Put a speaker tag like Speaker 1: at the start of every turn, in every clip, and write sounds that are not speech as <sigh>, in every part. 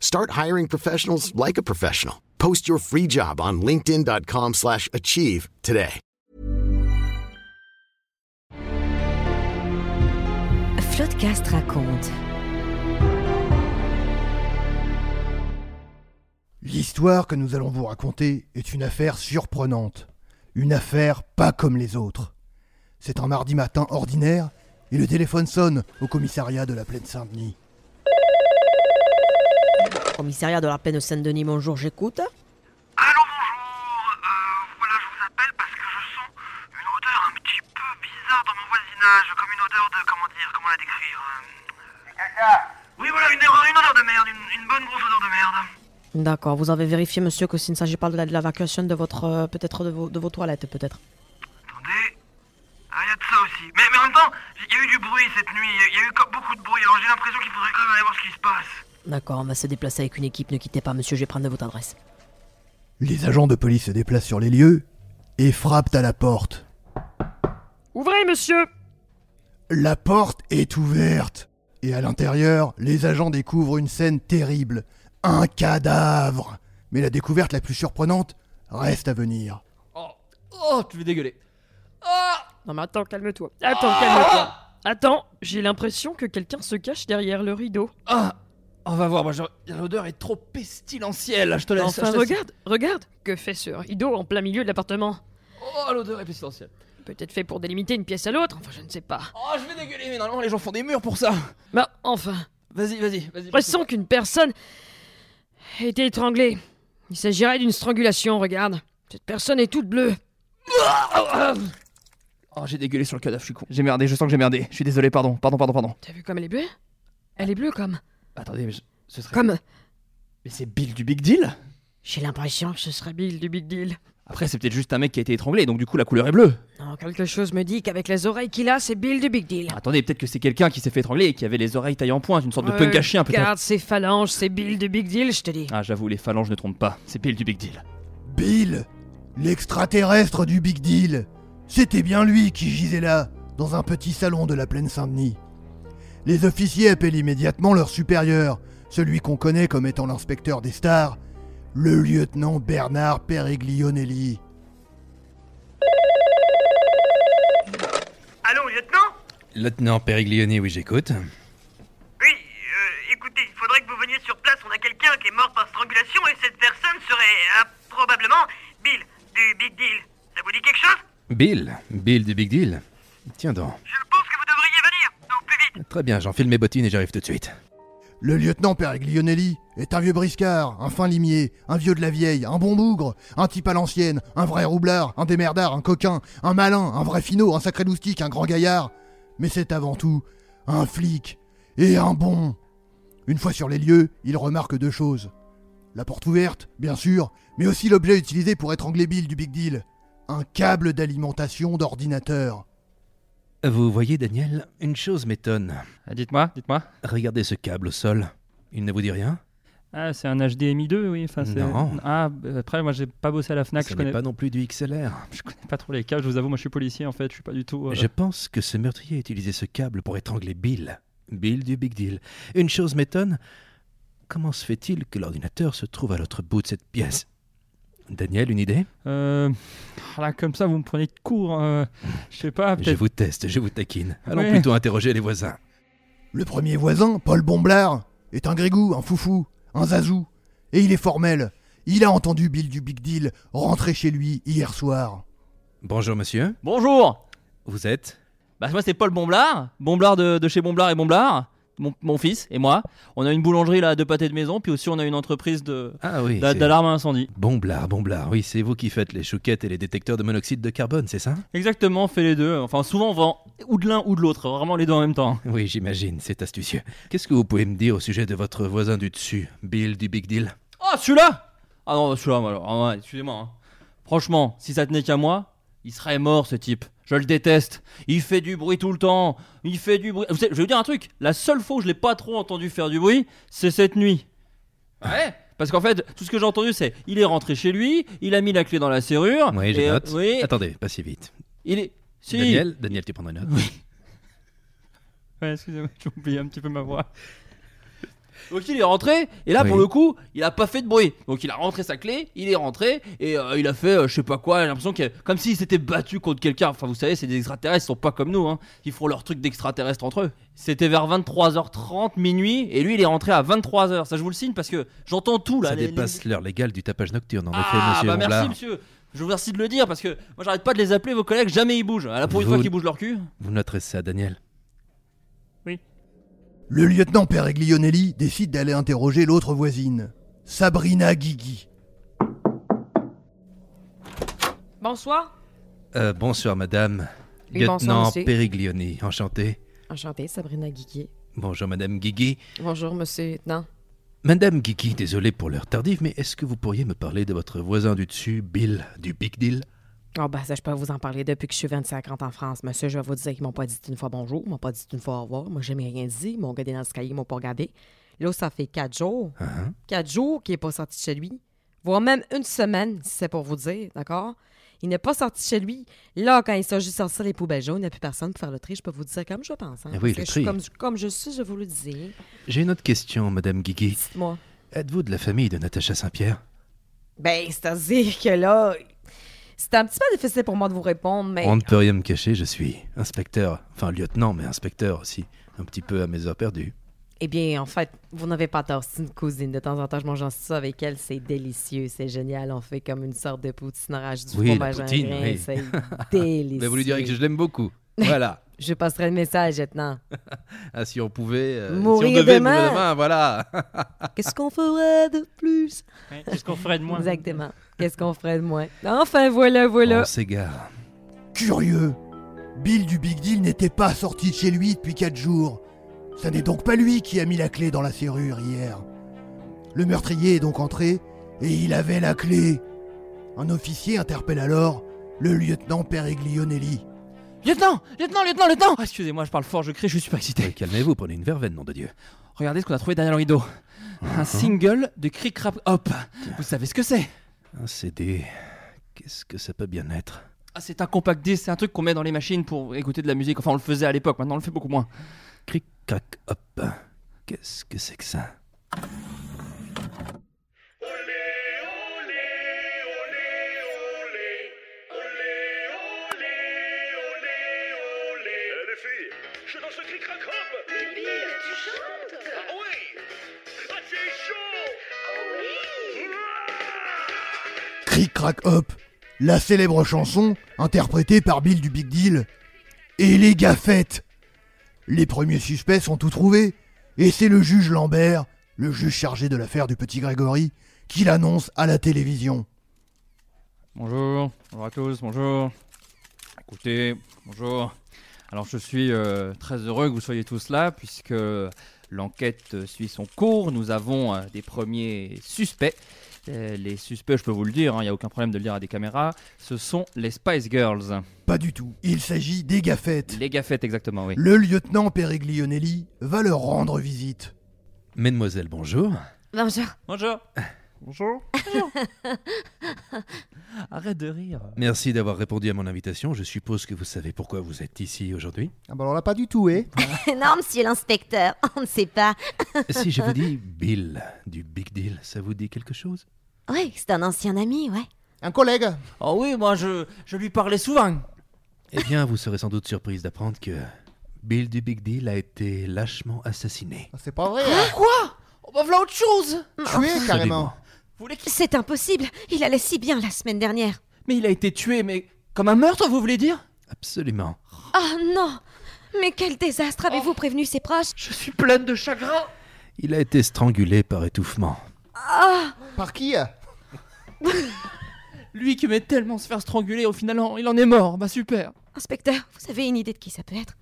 Speaker 1: Start hiring professionals like a professional. Post your free job on linkedin.com/achieve slash achieve today.
Speaker 2: Floodcast raconte.
Speaker 3: L'histoire que nous allons vous raconter est une affaire surprenante. Une affaire pas comme les autres. C'est un mardi matin ordinaire et le téléphone sonne au commissariat de la Plaine Saint-Denis.
Speaker 2: Commissariat de la Plaine Saint-Denis, bonjour, j'écoute.
Speaker 4: Allô, bonjour. Euh, voilà, je vous appelle parce que je sens une odeur un petit peu bizarre dans mon voisinage, comme une odeur de comment dire, comment la décrire. euh, Oui, voilà, une, erreur- une odeur de merde, une, une bonne grosse odeur de merde.
Speaker 2: D'accord, vous avez vérifié, monsieur, que s'il ne s'agit pas de la- de l'évacuation de votre. euh, peut-être de vos, de vos toilettes, peut-être.
Speaker 4: Attendez. Ah, il y a de ça aussi. Mais, mais en même temps, il y a eu du bruit cette nuit. Il y a- il y, a eu comme beaucoup de bruit. Alors j'ai l'impression qu'il faudrait quand même aller voir ce qui se passe.
Speaker 2: D'accord, on va se déplacer avec une équipe, ne quittez pas, monsieur, je vais prendre votre adresse.
Speaker 3: Les agents de police se déplacent sur les lieux et frappent à la porte.
Speaker 5: Ouvrez, monsieur
Speaker 3: La porte est ouverte et à l'intérieur, les agents découvrent une scène terrible. Un cadavre. Mais la découverte la plus surprenante reste à venir.
Speaker 5: Oh, oh, tu veux dégueuler. Ah Non mais attends, calme-toi. Attends, calme-toi.
Speaker 6: Ah
Speaker 5: Attends, j'ai l'impression que quelqu'un se cache derrière le rideau.
Speaker 6: Ah On va voir, moi, je- l'odeur est trop pestilentielle, Eh, là, je te laisse.
Speaker 5: Enfin,
Speaker 6: je te laisse.
Speaker 5: regarde, regarde Que fait ce rideau en plein milieu de l'appartement
Speaker 6: Oh, l'odeur est pestilentielle.
Speaker 5: Peut-être fait pour délimiter une pièce à l'autre, enfin je ne sais pas.
Speaker 6: Oh, je vais dégueuler, mais normalement, les gens font des murs pour ça.
Speaker 5: Bah, enfin,
Speaker 6: Vas-y, vas-y, vas-y.
Speaker 5: pressons qu'une personne a été étranglée. Il s'agirait d'une strangulation, regarde. Cette personne est toute bleue.
Speaker 6: Ah Oh, j'ai dégueulé sur le cadavre, je suis con. J'ai merdé, je sens que j'ai merdé. Je suis désolé, pardon, pardon, pardon, pardon.
Speaker 5: T'as vu comme elle est bleue Elle est bleue comme...
Speaker 6: Attendez, mais je- ce serait.
Speaker 5: Comme...
Speaker 6: Mais c'est Bill du Big Deal
Speaker 5: J'ai l'impression que ce serait Bill du Big Deal.
Speaker 6: Après, c'est peut-être juste un mec qui a été étranglé, donc du coup, la couleur est bleue.
Speaker 5: Non, quelque chose me dit qu'avec les oreilles qu'il a, c'est Bill du Big Deal.
Speaker 6: Attendez, peut-être que c'est quelqu'un qui s'est fait étrangler et qui avait les oreilles taillées en pointe, Ah, une sorte de punk à chien, peut-être.
Speaker 5: Euh, Regarde ses phalanges, c'est Bill du Big Deal, je te dis.
Speaker 6: Ah, j'avoue, les phalanges ne trompent pas. C'est Bill du Big Deal.
Speaker 3: Bill, l'extraterrestre du Big Deal. C'était bien lui qui gisait là, dans un petit salon de la plaine Saint-Denis. Les officiers appellent immédiatement leur supérieur, celui qu'on connaît comme étant l'inspecteur des stars, le lieutenant Bernard Pereglionelli.
Speaker 4: Allô, lieutenant
Speaker 7: Lieutenant Periglioni, oui, j'écoute.
Speaker 4: Oui, euh, écoutez, il faudrait que vous veniez sur place. On a quelqu'un qui est mort par strangulation et cette personne serait euh, probablement Bill du Big Deal. Ça vous dit quelque chose
Speaker 7: Bill, Bill du Big Deal. Tiens donc.
Speaker 4: Je pense que vous devriez venir, donc plus vite.
Speaker 7: Très bien, j'enfile mes bottines et j'arrive tout de suite.
Speaker 3: Le lieutenant Pereglionelli est un vieux briscard, un fin limier, un vieux de la vieille, un bon bougre, un type à l'ancienne, un vrai roublard, un démerdard, un coquin, un malin, un vrai finot, un sacré loustique, un grand gaillard. Mais c'est avant tout un flic et un bon. Une fois sur les lieux, il remarque deux choses. La porte ouverte, bien sûr, mais aussi l'objet utilisé pour étrangler Bill du Big Deal. Un câble d'alimentation d'ordinateur.
Speaker 7: Vous voyez, Daniel, une chose m'étonne.
Speaker 8: Ah, Dites-moi, dites-moi.
Speaker 7: Regardez ce câble au sol. Il ne vous dit rien
Speaker 8: Ah, c'est un HDMI 2, oui. Enfin, c'est-
Speaker 7: Non.
Speaker 8: Ah, euh, après, moi, j'ai pas bossé à la Fnac.
Speaker 7: Ce
Speaker 8: je
Speaker 7: n'est
Speaker 8: connais
Speaker 7: pas non plus du XLR.
Speaker 8: je connais pas trop les câbles. Je vous avoue, moi, je suis policier en fait. Je suis pas du tout. euh,
Speaker 7: Je pense que ce meurtrier a utilisé ce câble pour étrangler Bill. Bill du Big Deal. Une chose m'étonne. Comment se fait-il que l'ordinateur se trouve à l'autre bout de cette pièce Daniel, une idée
Speaker 8: euh, Là, comme ça, vous me prenez de court. euh, je sais pas.
Speaker 7: Je
Speaker 8: Peut-être.
Speaker 7: vous teste, je vous taquine. Allons
Speaker 8: Ouais.
Speaker 7: plutôt interroger les voisins.
Speaker 3: Le premier voisin, Paul Bomblard, est un grégou, un foufou, un zazou. Et il est formel. Il a entendu Bill du Big Deal rentrer chez lui hier soir.
Speaker 7: Bonjour monsieur,
Speaker 6: Bonjour
Speaker 7: vous êtes
Speaker 6: Bah moi c'est Paul Bomblard, Bomblard de, de chez Bomblard et Bomblard, mon, mon fils et moi. On a une boulangerie là à deux pâtés de maison, puis aussi on a une entreprise de
Speaker 7: Ah oui.
Speaker 6: d'a-
Speaker 7: c'est-
Speaker 6: d'alarme à incendie.
Speaker 7: Bomblard, Bomblard, oui, c'est vous qui faites les chouquettes et les détecteurs de monoxyde de carbone, c'est ça
Speaker 6: Exactement, on fait les deux. Enfin souvent on vend ou de l'un ou de l'autre, vraiment les deux en même temps.
Speaker 7: <laughs> Oui, j'imagine, c'est astucieux. Qu'est-ce que vous pouvez me dire au sujet de votre voisin du dessus, Bill du Big Deal
Speaker 6: Ah celui-là Ah non celui-là moi, alors ah, ouais, excusez-moi. hein. Franchement, si ça tenait qu'à moi, il serait mort ce type. Je le déteste. Il fait du bruit tout le temps. Il fait du bruit. Vous savez, je vais vous dire un truc. La seule fois où je l'ai pas trop entendu faire du bruit, c'est cette nuit.
Speaker 7: Ah
Speaker 6: Ouais. Parce qu'en fait, tout ce que j'ai entendu, c'est il est rentré chez lui, il a mis la clé dans la serrure.
Speaker 7: Oui, je
Speaker 6: et, euh,
Speaker 7: note.
Speaker 6: oui,
Speaker 7: Attendez, pas si vite.
Speaker 6: il est. Si.
Speaker 7: Daniel, Daniel, tu prends une note.
Speaker 8: Ouais, excusez-moi, <laughs> j'ai oublié un petit peu ma voix.
Speaker 6: Donc il est rentré et là
Speaker 7: Oui.
Speaker 6: pour le coup il a pas fait de bruit. Donc il a rentré sa clé, il est rentré et euh, il a fait euh, je sais pas quoi. J'ai l'impression que comme s'il s'était battu contre quelqu'un. Enfin vous savez c'est des extraterrestres, ils sont pas comme nous. Hein. Ils font leur truc d'extraterrestre entre eux. C'était vers 23h30 minuit et lui il est rentré à 23h. Ça je vous le signe parce que j'entends tout là.
Speaker 7: Ça
Speaker 6: les- les-
Speaker 7: dépasse l'heure légale du tapage nocturne, en
Speaker 6: Ah
Speaker 7: effet, monsieur
Speaker 6: bah merci
Speaker 7: Bomblard.
Speaker 6: monsieur. Je vous remercie de le dire parce que moi j'arrête pas de les appeler vos collègues jamais ils bougent. À la pour une
Speaker 7: Vous-
Speaker 6: fois qu'ils bougent leur cul.
Speaker 7: Vous noterez ça, Daniel.
Speaker 3: Le lieutenant Pereglionelli décide d'aller interroger l'autre voisine, Sabrina Guigui.
Speaker 9: Bonsoir.
Speaker 7: Euh, bonsoir, madame.
Speaker 5: Oui, bonsoir,
Speaker 7: Lieutenant
Speaker 5: monsieur.
Speaker 7: Periglioni, enchanté.
Speaker 5: Enchantée, Sabrina Guiguier.
Speaker 7: Bonjour, madame Guigui.
Speaker 5: Bonjour, monsieur. Non.
Speaker 7: Madame Guigui, désolé pour l'heure tardive, mais est-ce que vous pourriez me parler de votre voisin du dessus, Bill, du Big Deal
Speaker 5: Oh, ben, ça, je peux vous en parler depuis que je suis 25 ans en France, monsieur. Je vais vous dire qu'ils m'ont pas dit une fois bonjour, ils m'ont pas dit une fois au revoir. Moi, j'ai jamais rien dit. Ils m'ont regardé dans le cahier, ils m'ont pas regardé. Là, ça fait quatre jours.
Speaker 7: Hein?
Speaker 5: Quatre jours qu'il n'est pas sorti de chez lui. Voire même une semaine, si c'est pour vous dire, d'accord? Il n'est pas sorti de chez lui. Là, quand il s'agit de sortir les poubelles jaunes, il n'y a plus personne pour faire le tri. Je peux vous dire comme je pense. hein,
Speaker 7: Ah oui,
Speaker 5: parce
Speaker 7: le
Speaker 5: que je suis
Speaker 7: tri.
Speaker 5: Comme, comme je suis, je vous le dis.
Speaker 7: J'ai une autre question, madame Guigui.
Speaker 5: Moi.
Speaker 7: Êtes-vous de la famille de Natacha Saint-Pierre
Speaker 5: Ben, c'est-à-dire que là, c'est un petit peu difficile pour moi de vous répondre, mais.
Speaker 7: On ne peut rien me cacher, je suis inspecteur, enfin lieutenant, mais inspecteur aussi, un petit peu à mes heures perdues.
Speaker 5: Eh bien, en fait, vous n'avez pas tort, c'est une cousine. De temps en temps, je mange un ça avec elle, c'est délicieux, c'est génial. On fait comme une sorte de poutine en rage du
Speaker 7: Oui, la
Speaker 5: fromage en
Speaker 7: poutine,
Speaker 5: grain,
Speaker 7: oui.
Speaker 5: c'est
Speaker 7: <laughs>
Speaker 5: délicieux.
Speaker 7: Mais vous lui direz que je l'aime
Speaker 5: <laughs>
Speaker 7: beaucoup. Voilà.
Speaker 5: Je passerai le message maintenant.
Speaker 7: Ah, si on pouvait. euh,
Speaker 5: Mourir
Speaker 7: si on devait
Speaker 5: demain.
Speaker 7: mourir demain, voilà.
Speaker 5: Qu'est-ce qu'on ferait de plus?
Speaker 8: Qu'est-ce qu'on ferait de moins
Speaker 5: Exactement. Qu'est-ce qu'on ferait de moins? Enfin, voilà, voilà.
Speaker 7: On s'égare.
Speaker 3: Curieux Bill du Big Deal n'était pas sorti de chez lui depuis 4 jours. Ça n'est donc pas lui qui a mis la clé dans la serrure hier. Le meurtrier est donc entré et il avait la clé. Un officier interpelle alors le lieutenant Pereglionelli.
Speaker 6: Lieutenant, lieutenant, lieutenant, lieutenant. Ah, excusez-moi je parle fort, je crie, je suis super excité.
Speaker 7: Calmez-vous, prenez une verveine, nom de Dieu. Uh-huh.
Speaker 6: Regardez ce qu'on a trouvé derrière le rideau. Un single de Crick Rap Hop. Vous savez ce que c'est
Speaker 7: Un CD. Qu'est-ce que ça peut bien être
Speaker 6: Ah, c'est un compact disc, c'est un truc qu'on met dans les machines pour écouter de la musique. Enfin, on le faisait à l'époque, maintenant on le fait beaucoup moins.
Speaker 7: Cric crac hop. Qu'est-ce que c'est que ça
Speaker 10: Oh, les filles, je suis dans ce cri crac hop Mais Bill, tu chantes Ah oui Ah, c'est chaud oui
Speaker 3: Cric crac hop, la célèbre chanson interprétée par Bill du Big Deal. Et les gaffettes Les premiers suspects sont tout trouvés, et c'est le juge Lambert, le juge chargé de l'affaire du petit Grégory, qui l'annonce à la télévision.
Speaker 8: Bonjour, bonjour à tous, bonjour. Écoutez, bonjour. Alors je suis euh, très heureux que vous soyez tous là puisque l'enquête euh, suit son cours. Nous avons euh, des premiers suspects. Euh, les suspects, je peux vous le dire, il n'y a aucun problème de le dire à des caméras, ce sont les Spice Girls.
Speaker 3: Pas du tout, il s'agit des gaffettes.
Speaker 8: Les gaffettes exactement, oui.
Speaker 3: Le lieutenant Pereglionelli va leur rendre visite.
Speaker 7: Mesdemoiselles, bonjour.
Speaker 5: Bonjour.
Speaker 6: Bonjour.
Speaker 8: Bonjour.
Speaker 6: <laughs> Arrête de rire.
Speaker 7: Merci d'avoir répondu à mon invitation. Je suppose que vous savez pourquoi vous êtes ici
Speaker 3: <laughs>
Speaker 7: aujourd'hui.
Speaker 3: Ah bah alors là, pas du tout, eh
Speaker 4: <laughs> non, monsieur l'inspecteur, <laughs> on ne sait pas.
Speaker 7: Eh, si je vous dis Bill du Big Deal, ça vous dit quelque chose
Speaker 4: Oui, c'est un ancien ami, ouais.
Speaker 3: Un collègue
Speaker 6: Ah oui, moi je, je lui parlais souvent.
Speaker 7: Eh bien, vous serez sans doute surprise d'apprendre que Bill du Big Deal a été lâchement assassiné.
Speaker 3: Ah,
Speaker 7: Ah,
Speaker 3: C'est pas vrai hein
Speaker 4: Quoi On va voir autre chose
Speaker 6: Ah,
Speaker 7: Absolument. carrément.
Speaker 4: C'est impossible, il allait si bien la semaine dernière.
Speaker 6: Mais il a été tué, mais comme un meurtre, vous voulez dire
Speaker 7: Absolument.
Speaker 4: Oh non Mais quel désastre Avez-vous prévenu ses proches
Speaker 10: Oh. Je suis pleine de chagrin
Speaker 7: Il a été strangulé par étouffement.
Speaker 4: Ah
Speaker 3: Par qui hein
Speaker 6: <laughs> Lui qui aimait tellement se faire stranguler, au final, en- il en est mort. Bah super.
Speaker 4: Inspecteur, vous avez une idée de qui ça peut être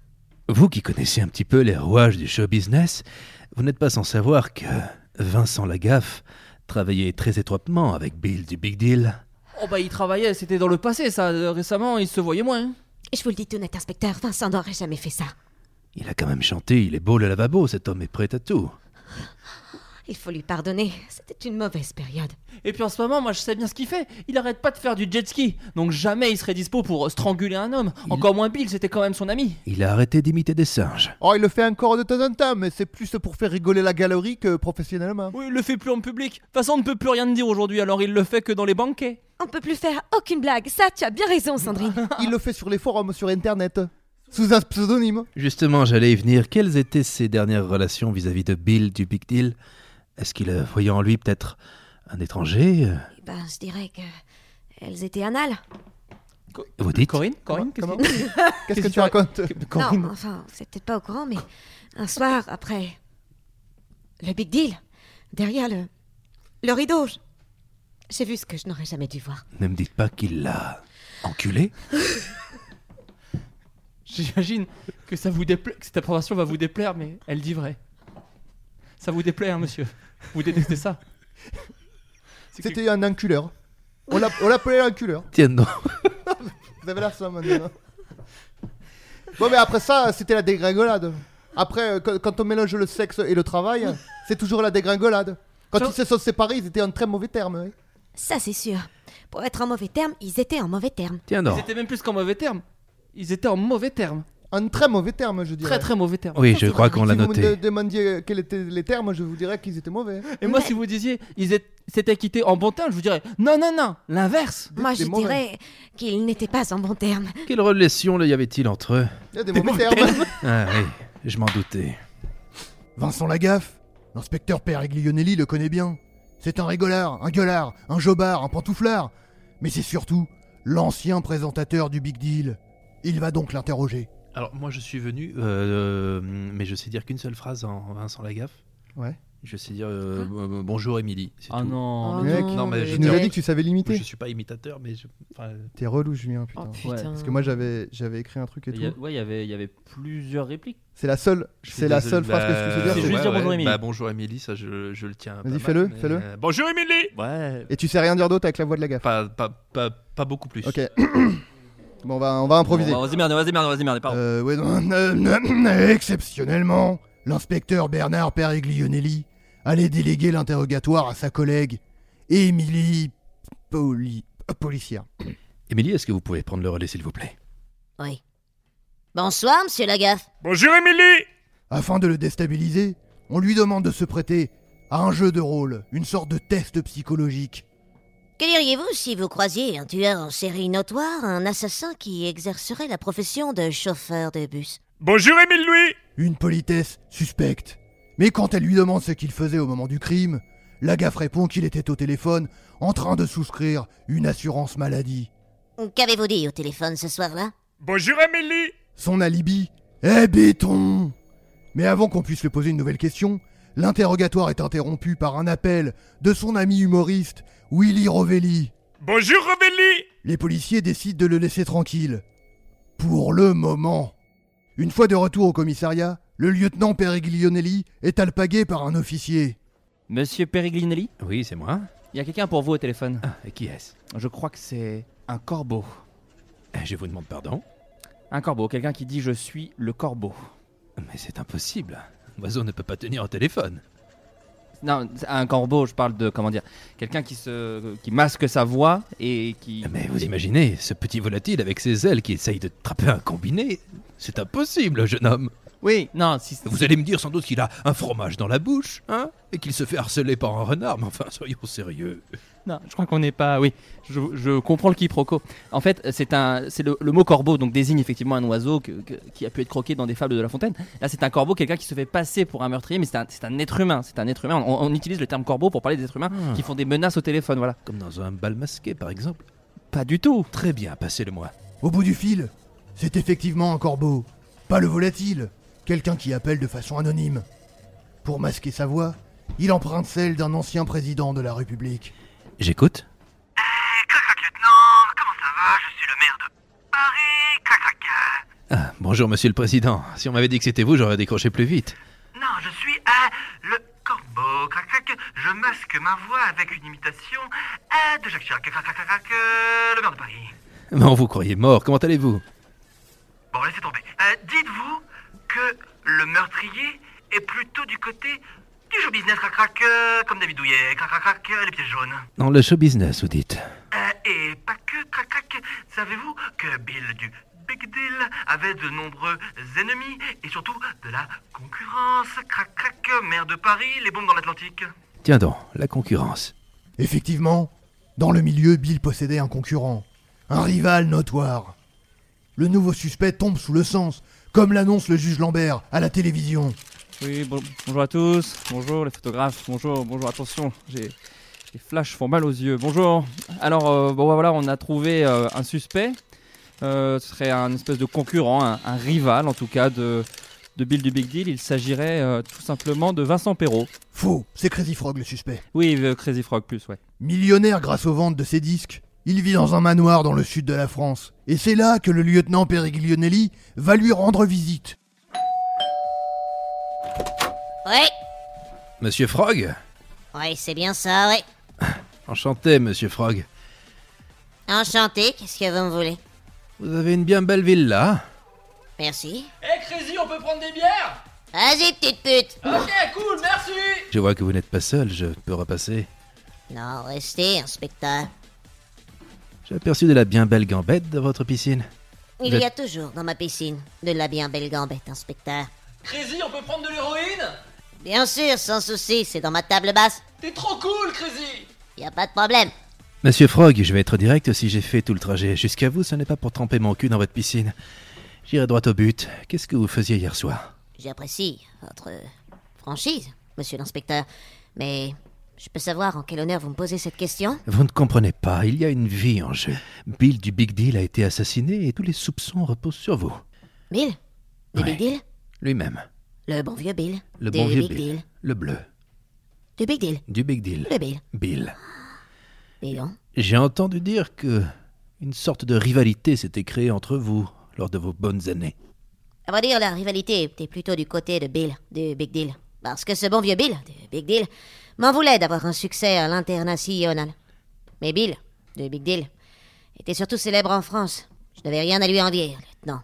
Speaker 7: Vous qui connaissez un petit peu les rouages du show business, vous n'êtes pas sans savoir que Vincent Lagaffe travaillait très étroitement avec Bill du Big Deal.
Speaker 6: Oh bah il travaillait, c'était dans le passé ça. Euh, Récemment, il se voyait moins. hein.
Speaker 4: Je vous le dis tout net, inspecteur, Vincent n'aurait jamais fait ça.
Speaker 7: Il a quand même chanté Il est beau le lavabo, cet homme est prêt à tout.
Speaker 4: Il faut lui pardonner, c'était une mauvaise période.
Speaker 6: Et puis en ce moment, moi je sais bien ce qu'il fait. Il arrête pas de faire du jet ski. Donc jamais il serait dispo pour euh, stranguler un homme. Encore moins Bill, c'était quand même son ami.
Speaker 7: Il a arrêté d'imiter des singes.
Speaker 3: Oh, il le fait encore de temps en temps, mais c'est plus pour faire rigoler la galerie que professionnellement.
Speaker 6: Oui, il le fait plus en public. De toute façon, on ne peut plus rien dire aujourd'hui, alors il le fait que dans les banquets.
Speaker 4: On peut plus faire aucune blague, ça tu as bien
Speaker 6: <laughs>
Speaker 4: raison Sandrine.
Speaker 3: Il le fait sur les forums sur internet, sous un pseudonyme.
Speaker 7: Justement, j'allais y venir. Quelles étaient ses dernières relations vis-à-vis de Bill du Big Deal Est-ce qu'il euh, voyait en lui peut-être un étranger euh,
Speaker 4: Eh ben, je dirais que elles étaient anales.
Speaker 7: Vous dites
Speaker 6: Corinne Corinne
Speaker 10: <laughs>
Speaker 6: qu'est-ce
Speaker 3: Comment
Speaker 6: qu'il-
Speaker 3: Qu'est-ce que
Speaker 6: qu'il
Speaker 3: tu racontes
Speaker 6: Corinne.
Speaker 4: Non, enfin, vous n'êtes peut-être pas au courant, mais un soir après le big deal, derrière le le rideau, je- j'ai vu ce que je n'aurais jamais dû voir.
Speaker 7: Ne me dites pas qu'il l'a enculé
Speaker 6: J'imagine que ça vous dépla- que cette approbation va vous déplaire, mais elle dit vrai. Ça vous déplaît, hein, monsieur Vous détestez ça
Speaker 3: C'était un enculeur. On l'a- on l'appelait l'enculeur.
Speaker 7: Tiens donc. <laughs>
Speaker 3: Vous avez l'air ça maintenant. hein. Bon, mais après ça, c'était la dégringolade. Après, euh, quand quand on mélange le sexe et le travail, c'est toujours la dégringolade. Quand ils se sont séparés, ils étaient en très mauvais termes. oui.
Speaker 4: Ça c'est sûr. Pour être en mauvais terme, ils étaient en mauvais terme.
Speaker 7: Tiens donc.
Speaker 6: Ils étaient même plus qu'en mauvais termes. Ils étaient en mauvais termes.
Speaker 3: En très mauvais termes, je dirais.
Speaker 6: Très très mauvais termes.
Speaker 7: Oui, je crois qu'on l'a
Speaker 3: Si vous me
Speaker 7: noté.
Speaker 3: de- demandiez quels étaient les termes, je vous dirais qu'ils étaient mauvais.
Speaker 6: Et moi, si vous disiez, ils étaient- s'étaient quittés en bon terme, je vous dirais, non, non, non, l'inverse.
Speaker 4: Moi, je
Speaker 6: mauvais.
Speaker 4: dirais qu'ils n'étaient pas en bon terme.
Speaker 7: Quelle relation là, y avait-il entre eux
Speaker 3: Il y a des mauvais termes.
Speaker 7: Ah oui, je m'en doutais.
Speaker 3: Vincent Lagaffe, l'inspecteur Père Aglionelli le connaît bien. C'est un rigolard, un gueulard, un jobard, un pantouflard. Mais c'est surtout l'ancien présentateur du Big Deal. Il va donc l'interroger.
Speaker 7: Alors, moi, je suis venu, euh, euh, mais je sais dire qu'une seule phrase en Vincent Lagaffe.
Speaker 3: Ouais.
Speaker 7: Je sais dire euh, b- bonjour Émilie. c'est
Speaker 6: Ah
Speaker 7: tout.
Speaker 6: non.
Speaker 3: Ah Mec, non,
Speaker 7: mais
Speaker 3: tu
Speaker 7: je veux
Speaker 3: nous
Speaker 7: dire-
Speaker 3: as dit que tu savais l'imiter.
Speaker 7: Je suis pas imitateur, mais je. enfin,
Speaker 3: T'es relou, Julien, putain.
Speaker 6: Oh, putain.
Speaker 3: Parce que moi, j'avais, j'avais écrit un truc et
Speaker 6: Il y a-
Speaker 3: tout.
Speaker 6: ouais, il y avait- il y avait plusieurs répliques.
Speaker 3: C'est la seule,
Speaker 7: je suis
Speaker 3: c'est la
Speaker 7: désolé,
Speaker 3: seule phrase que
Speaker 7: bah,
Speaker 3: je peux te dire.
Speaker 7: ouais,
Speaker 6: juste dire bonjour
Speaker 7: ouais,
Speaker 6: Émilie.
Speaker 7: bah, bonjour Émilie, ça je, je le tiens.
Speaker 3: Vas-y,
Speaker 7: pas
Speaker 3: fais-le,
Speaker 7: mal, mais,
Speaker 3: fais-le.
Speaker 7: euh, bonjour Émilie Ouais.
Speaker 3: Et tu sais rien dire d'autre avec la voix de la gaffe.
Speaker 7: Pas, pas, pas, pas beaucoup plus.
Speaker 3: Ok. <coughs> bon, on va, on va improviser.
Speaker 6: Bon, vas-y, merde, vas-y, merde, vas-y, merde, pardon.
Speaker 3: Euh, ouais, non, euh, euh, <clears throat> exceptionnellement, l'inspecteur Bernard Pereglionelli allait déléguer l'interrogatoire à sa collègue Émilie Poli... euh, Policière. <clears throat>
Speaker 7: Émilie, est-ce que vous pouvez prendre le relais, s'il vous plaît
Speaker 4: <laughs> Oui. Bonsoir, monsieur Lagaffe.
Speaker 3: Bonjour Émilie Afin de le déstabiliser, on lui demande de se prêter à un jeu de rôle, une sorte de test psychologique.
Speaker 4: Que diriez-vous si vous croisiez un tueur en série notoire, un assassin qui exercerait la profession de chauffeur de bus
Speaker 3: Bonjour Émile Louis Une politesse suspecte. Mais quand elle lui demande ce qu'il faisait au moment du crime, la gaffe répond qu'il était au téléphone en train de souscrire une assurance maladie.
Speaker 4: Qu'avez-vous dit au téléphone ce soir-là
Speaker 3: Bonjour Émilie Son alibi est béton Mais avant qu'on puisse lui poser une nouvelle question, l'interrogatoire est interrompu par un appel de son ami humoriste, Willy Rovelli.
Speaker 10: Bonjour Rovelli
Speaker 3: Les policiers décident de le laisser tranquille. Pour le moment. Une fois de retour au commissariat, le lieutenant Pereglionelli est alpagué par un officier.
Speaker 6: Monsieur Periglinelli
Speaker 7: Oui, c'est moi.
Speaker 6: Il y a quelqu'un pour vous au téléphone.
Speaker 7: et qui est-ce Eh,
Speaker 6: Je crois que c'est un corbeau.
Speaker 7: Je vous demande pardon.
Speaker 6: Un corbeau, quelqu'un qui dit je suis le corbeau.
Speaker 7: Mais c'est impossible. L'oiseau ne peut pas tenir un téléphone.
Speaker 6: Non, c'est un corbeau, je parle de comment dire, quelqu'un qui se qui masque sa voix et qui
Speaker 7: Mais vous imaginez, ce petit volatile avec ses ailes qui essaye de attraper un combiné C'est impossible, jeune homme.
Speaker 6: Oui, non, si
Speaker 7: Vous allez me dire sans doute qu'il a un fromage dans la bouche, hein Et qu'il se fait harceler par un renard, mais enfin, soyons sérieux.
Speaker 6: Non, je crois qu'on n'est pas. Oui, je, je comprends le quiproquo. En fait, c'est un, c'est le, le mot corbeau, donc désigne effectivement un oiseau que- que- qui a pu être croqué dans des fables de La Fontaine. Là, c'est un corbeau, quelqu'un qui se fait passer pour un meurtrier, mais c'est un, c'est un être humain. C'est un être humain. On, on utilise le terme corbeau pour parler des êtres humains
Speaker 7: Ah.
Speaker 6: qui font des menaces au téléphone, voilà.
Speaker 7: Comme dans un bal masqué, par exemple.
Speaker 6: Pas du tout.
Speaker 7: Très bien, passez-le-moi.
Speaker 3: Au bout du fil, C'est effectivement un corbeau, pas le volatile, quelqu'un qui appelle de façon anonyme. Pour masquer sa voix, il emprunte celle d'un ancien président de la République.
Speaker 7: J'écoute
Speaker 10: Eh,
Speaker 7: Ah, bonjour, monsieur le président. Si on m'avait dit que c'était vous, j'aurais décroché plus vite.
Speaker 10: Non, je suis euh, le corbeau. Crac, crac. Je masque ma voix avec une imitation euh, de Jacques Chirac. Crac, crac, crac, crac, euh, le maire de Paris.
Speaker 7: Bon, vous croyez mort, comment allez-vous
Speaker 10: Bon, laissez tomber. Euh, Dites-vous que le meurtrier est plutôt du côté du show business, crac, crac, euh, comme David Douillet, crac, crac, crac, euh, les pieds jaunes.
Speaker 7: Dans le show business, vous dites
Speaker 10: Euh,
Speaker 4: Eh,
Speaker 10: et pas que, crac, crac. Savez-vous que Bill du Big Deal avait de nombreux ennemis et surtout de la concurrence, crac, crac,
Speaker 4: euh,
Speaker 10: maire de Paris, les bombes dans l'Atlantique
Speaker 7: Tiens donc, la concurrence.
Speaker 3: Effectivement, dans le milieu, Bill possédait un concurrent, un rival notoire. Le nouveau suspect tombe sous le sens, comme l'annonce le juge Lambert à la télévision.
Speaker 8: Oui, bon- bonjour à tous, bonjour les photographes, bonjour, bonjour, attention, j'ai... Les flashs font mal aux yeux. Bonjour. Alors, euh, bon, bah, voilà, on a trouvé euh, un suspect. Euh, ce serait un espèce de concurrent, un, un rival en tout cas de, de Bill du Big Deal. Il s'agirait euh, tout simplement de Vincent Perrault.
Speaker 3: Faux, c'est Crazy Frog le suspect.
Speaker 8: Oui, euh, Crazy Frog plus, ouais.
Speaker 3: Millionnaire grâce aux ventes de ses disques, il vit dans un manoir dans le sud de la France. Et c'est là que le lieutenant Periglionelli va lui rendre visite.
Speaker 11: Ouais,
Speaker 7: Monsieur Frog
Speaker 11: ouais, c'est bien ça, ouais.
Speaker 7: Enchanté, monsieur Frog.
Speaker 11: Enchanté, qu'est-ce que vous me voulez
Speaker 7: Vous avez une bien belle villa.
Speaker 11: Merci.
Speaker 12: Hé, Eh, Crazy, on peut prendre des bières
Speaker 11: Vas-y, petite pute
Speaker 12: Ok, cool, merci
Speaker 7: Je vois que vous n'êtes pas seul, je peux repasser.
Speaker 11: Non, restez, inspecteur.
Speaker 7: J'ai aperçu de la bien belle gambette dans votre piscine.
Speaker 11: Il
Speaker 7: Vous
Speaker 11: y a
Speaker 7: êtes-
Speaker 11: toujours dans ma piscine de la bien belle gambette, inspecteur.
Speaker 12: Crazy, on peut prendre de l'héroïne
Speaker 11: Bien sûr, sans souci, c'est dans ma table basse.
Speaker 12: T'es trop cool, Crazy
Speaker 11: Y a pas de problème.
Speaker 7: Monsieur Frog, je vais être direct si j'ai fait tout le trajet jusqu'à vous, ce n'est pas pour tremper mon cul dans votre piscine. J'irai droit au but. Qu'est-ce que vous faisiez hier soir
Speaker 11: J'apprécie votre franchise, monsieur l'inspecteur. Mais je peux savoir en quel honneur vous me posez cette question
Speaker 7: Vous ne comprenez pas, il y a une vie en jeu. Bill du Big Deal a été assassiné et tous les soupçons reposent sur vous.
Speaker 11: Bill Le Big Deal
Speaker 7: Lui-même.
Speaker 11: Le bon vieux Bill.
Speaker 7: Le
Speaker 11: Du
Speaker 7: bon vieux
Speaker 11: Big
Speaker 7: Bill.
Speaker 11: Deal.
Speaker 7: Le bleu.
Speaker 11: Du Big Deal.
Speaker 7: Du Big Deal.
Speaker 11: Le Bill.
Speaker 7: Bill.
Speaker 11: Dis donc.
Speaker 7: J'ai entendu dire que une sorte de rivalité s'était créée entre vous lors de vos bonnes années.
Speaker 11: À vrai dire, la rivalité était plutôt du côté de Bill, du Big Deal. Parce que ce bon vieux Bill, du Big Deal, m'en voulait d'avoir un succès à l'international. Mais Bill, du Big Deal, était surtout célèbre en France. Je n'avais rien à lui envier, lieutenant.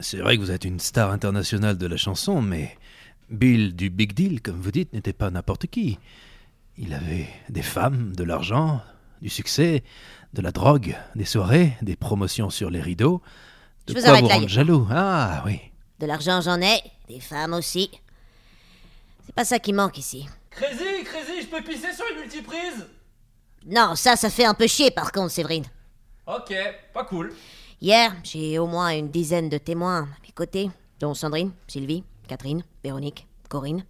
Speaker 7: C'est vrai que vous êtes une star internationale de la chanson, mais Bill du Big Deal, comme vous dites, n'était pas n'importe qui. Il avait des femmes, de l'argent, du succès, de la drogue, des soirées, des promotions sur les rideaux. De
Speaker 11: Je vous
Speaker 7: quoi
Speaker 11: arrête
Speaker 7: vous
Speaker 11: là,
Speaker 7: rendre jaloux Ah oui.
Speaker 11: De l'argent, j'en ai, des femmes aussi. C'est pas ça qui manque ici.
Speaker 12: Crazy, Crazy, je peux pisser sur une multiprise
Speaker 11: Non, ça, ça fait un peu chier par contre, Séverine.
Speaker 12: Ok, pas cool.
Speaker 11: Hier, j'ai au moins une dizaine de témoins à mes côtés, dont Sandrine, Sylvie, Catherine, Véronique, Corinne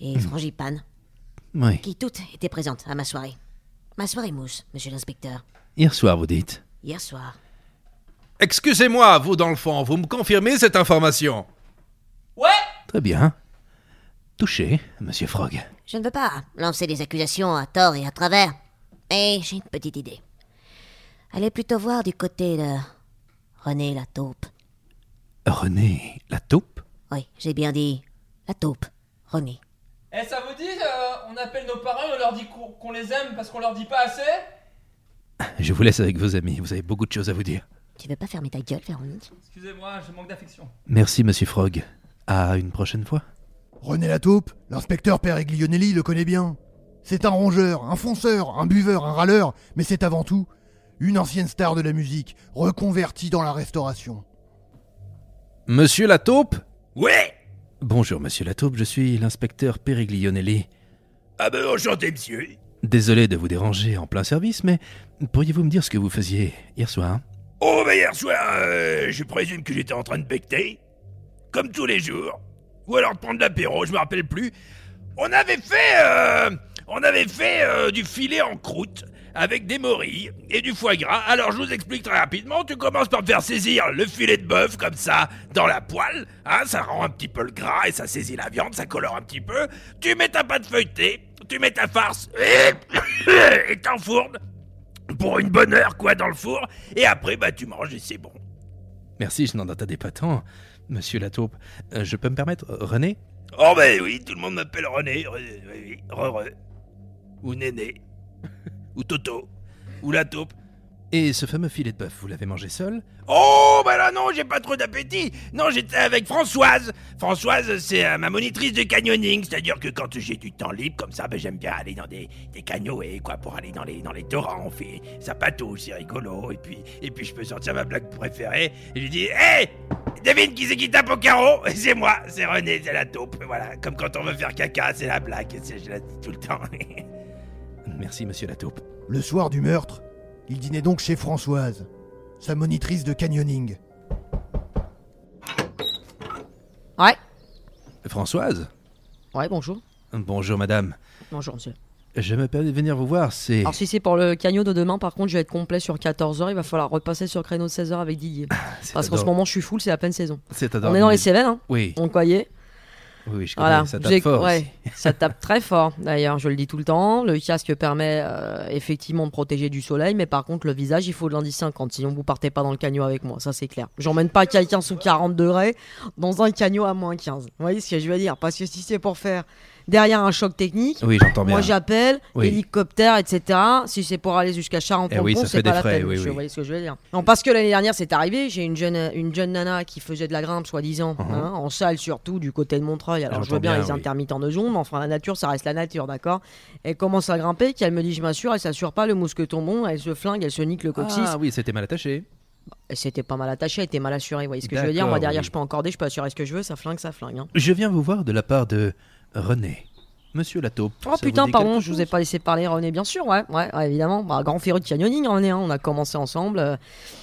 Speaker 11: et Frangipane.
Speaker 7: Oui.
Speaker 11: qui toutes étaient présentes à ma soirée. Ma soirée mousse, monsieur l'inspecteur.
Speaker 7: Hier soir, vous dites.
Speaker 11: Hier soir.
Speaker 7: Excusez-moi, vous dans le fond, vous me confirmez cette information
Speaker 12: Ouais
Speaker 7: Très bien. Touché, monsieur Frog.
Speaker 11: Je ne veux pas lancer des accusations à tort et à travers, mais j'ai une petite idée. Allez plutôt voir du côté de René la taupe.
Speaker 7: René, la taupe
Speaker 11: Oui, j'ai bien dit la taupe, René.
Speaker 12: Eh, ça vous dit, euh, on appelle nos parents et on leur dit qu'on qu'on les aime parce qu'on leur dit pas assez
Speaker 7: Je vous laisse avec vos amis, vous avez beaucoup de choses à vous dire.
Speaker 11: Tu veux pas fermer ta gueule, Véronique
Speaker 12: Excusez-moi, je manque d'affection.
Speaker 7: Merci, monsieur Frog. À une prochaine fois.
Speaker 3: René la taupe, l'inspecteur Periglionelli le connaît bien. C'est un rongeur, un fonceur, un buveur, un râleur, mais c'est avant tout une ancienne star de la musique, reconvertie dans la restauration.
Speaker 7: Monsieur la taupe Ouais Bonjour, monsieur la taupe, je suis l'inspecteur Periglionelli.
Speaker 13: Ah ben enchanté, monsieur.
Speaker 7: Désolé de vous déranger en plein service, mais pourriez-vous me dire ce que vous faisiez hier soir hein
Speaker 13: Oh ben hier soir, euh, je présume que j'étais en train de becter. Comme tous les jours. Ou alors de prendre l'apéro, je me rappelle plus. On avait fait... euh, on avait fait euh, du filet en croûte avec des morilles et du foie gras. Alors je vous explique très rapidement. Tu commences par me faire saisir le filet de bœuf comme ça dans la poêle. Hein, ça rend un petit peu le gras et ça saisit la viande, ça colore un petit peu. Tu mets ta pâte feuilletée, tu mets ta farce <coughs> et et t'enfournes pour une bonne heure quoi dans le four. Et après bah tu manges et c'est bon.
Speaker 7: Merci, je n'en attendais pas tant. Monsieur Lataupe, Euh, je peux me permettre, euh, René
Speaker 13: Oh ben oui, tout le monde m'appelle René, Re- oui, Re- Re. ou Néné, <laughs> ou Toto, ou la taupe.
Speaker 7: Et ce fameux filet de bœuf, vous l'avez mangé seul
Speaker 13: Oh bah là non, j'ai pas trop d'appétit. Non, j'étais avec Françoise. Françoise, c'est euh, ma monitrice de canyoning, c'est-à-dire que quand j'ai du temps libre comme ça, ben j'aime bien aller dans des, des canyons et quoi pour aller dans les dans les torrents, on fait ça patouche, c'est rigolo et puis et puis je peux sortir ma blague préférée et je lui dis "Hé, devine qui c'est qui tape au carreau <laughs> Et C'est moi, c'est René, c'est la taupe." Voilà, comme quand on veut faire caca, c'est la blague, c'est- je la dis tout le temps. <laughs>
Speaker 7: Merci, monsieur Lataupe.
Speaker 3: Le soir du meurtre, il dînait donc chez Françoise, sa monitrice de canyoning.
Speaker 5: Ouais.
Speaker 7: Françoise
Speaker 5: Ouais, bonjour.
Speaker 7: Bonjour, madame.
Speaker 5: Bonjour, monsieur.
Speaker 7: Je me permets de venir vous voir, c'est...
Speaker 5: Alors, si c'est pour le canyon de demain, par contre, je vais être complet sur 14h. Il va falloir repasser sur le créneau de 16h avec Didier. Parce qu'en
Speaker 7: Ah, adorable.
Speaker 5: ce moment, je suis full, c'est la pleine saison.
Speaker 7: C'est
Speaker 5: On
Speaker 7: adorable.
Speaker 5: est dans les Cévennes, hein
Speaker 7: Oui.
Speaker 5: On croyait.
Speaker 7: Oui, oui, je connais,
Speaker 5: Voilà,
Speaker 7: ça tape
Speaker 5: J'ai-
Speaker 7: fort.
Speaker 5: ouais,
Speaker 7: <laughs>
Speaker 5: ça tape très fort. D'ailleurs, je le dis tout le temps, le casque permet euh, effectivement de protéger du soleil, mais par contre, le visage, il faut de l'indice 50, sinon vous partez pas dans le canyon avec moi, ça c'est clair. J'emmène pas quelqu'un sous 40 degrés dans un canyon à moins 15. Vous voyez ce que je veux dire Parce que si c'est pour faire derrière un choc technique,
Speaker 7: Oui, j'entends bien.
Speaker 5: moi j'appelle,
Speaker 7: Oui.
Speaker 5: hélicoptère, etc. Si c'est pour aller jusqu'à charenton
Speaker 7: Eh oui, ça fait
Speaker 5: c'est pas
Speaker 7: des
Speaker 5: la
Speaker 7: frais,
Speaker 5: peine.
Speaker 7: oui,
Speaker 5: je-
Speaker 7: oui.
Speaker 5: Vous voyez ce que je veux dire Non, parce que l'année dernière, c'est arrivé, j'ai une jeune, une jeune nana qui faisait de la grimpe, soi-disant,
Speaker 7: Uh-huh.
Speaker 5: hein, en salle surtout, du côté de Montreuil. Alors je
Speaker 4: J'entends
Speaker 5: vois bien,
Speaker 4: bien,
Speaker 5: les
Speaker 4: oui.
Speaker 5: intermittents de Jonde, mais enfin la nature, ça reste la nature, d'accord Elle commence à grimper, qu'elle me dit, je m'assure, elle s'assure pas, le mousqueton bon, elle se flingue, elle se nique le coccyx.
Speaker 7: Ah oui, c'était mal attaché.
Speaker 5: Et C'était pas mal attaché, elle était mal assurée, vous voyez ce que je veux dire
Speaker 7: D'accord,
Speaker 5: Moi derrière,
Speaker 7: oui.
Speaker 5: je peux encorder, je peux assurer ce que je veux, ça flingue, ça flingue. hein.
Speaker 7: Je viens vous voir de la part de René. Monsieur Lataupe.
Speaker 5: Oh putain, pardon, je vous ai pas laissé parler, René, bien sûr, ouais, ouais, ouais, évidemment. Bah, grand féru de canyoning, René, hein, on a commencé ensemble. euh,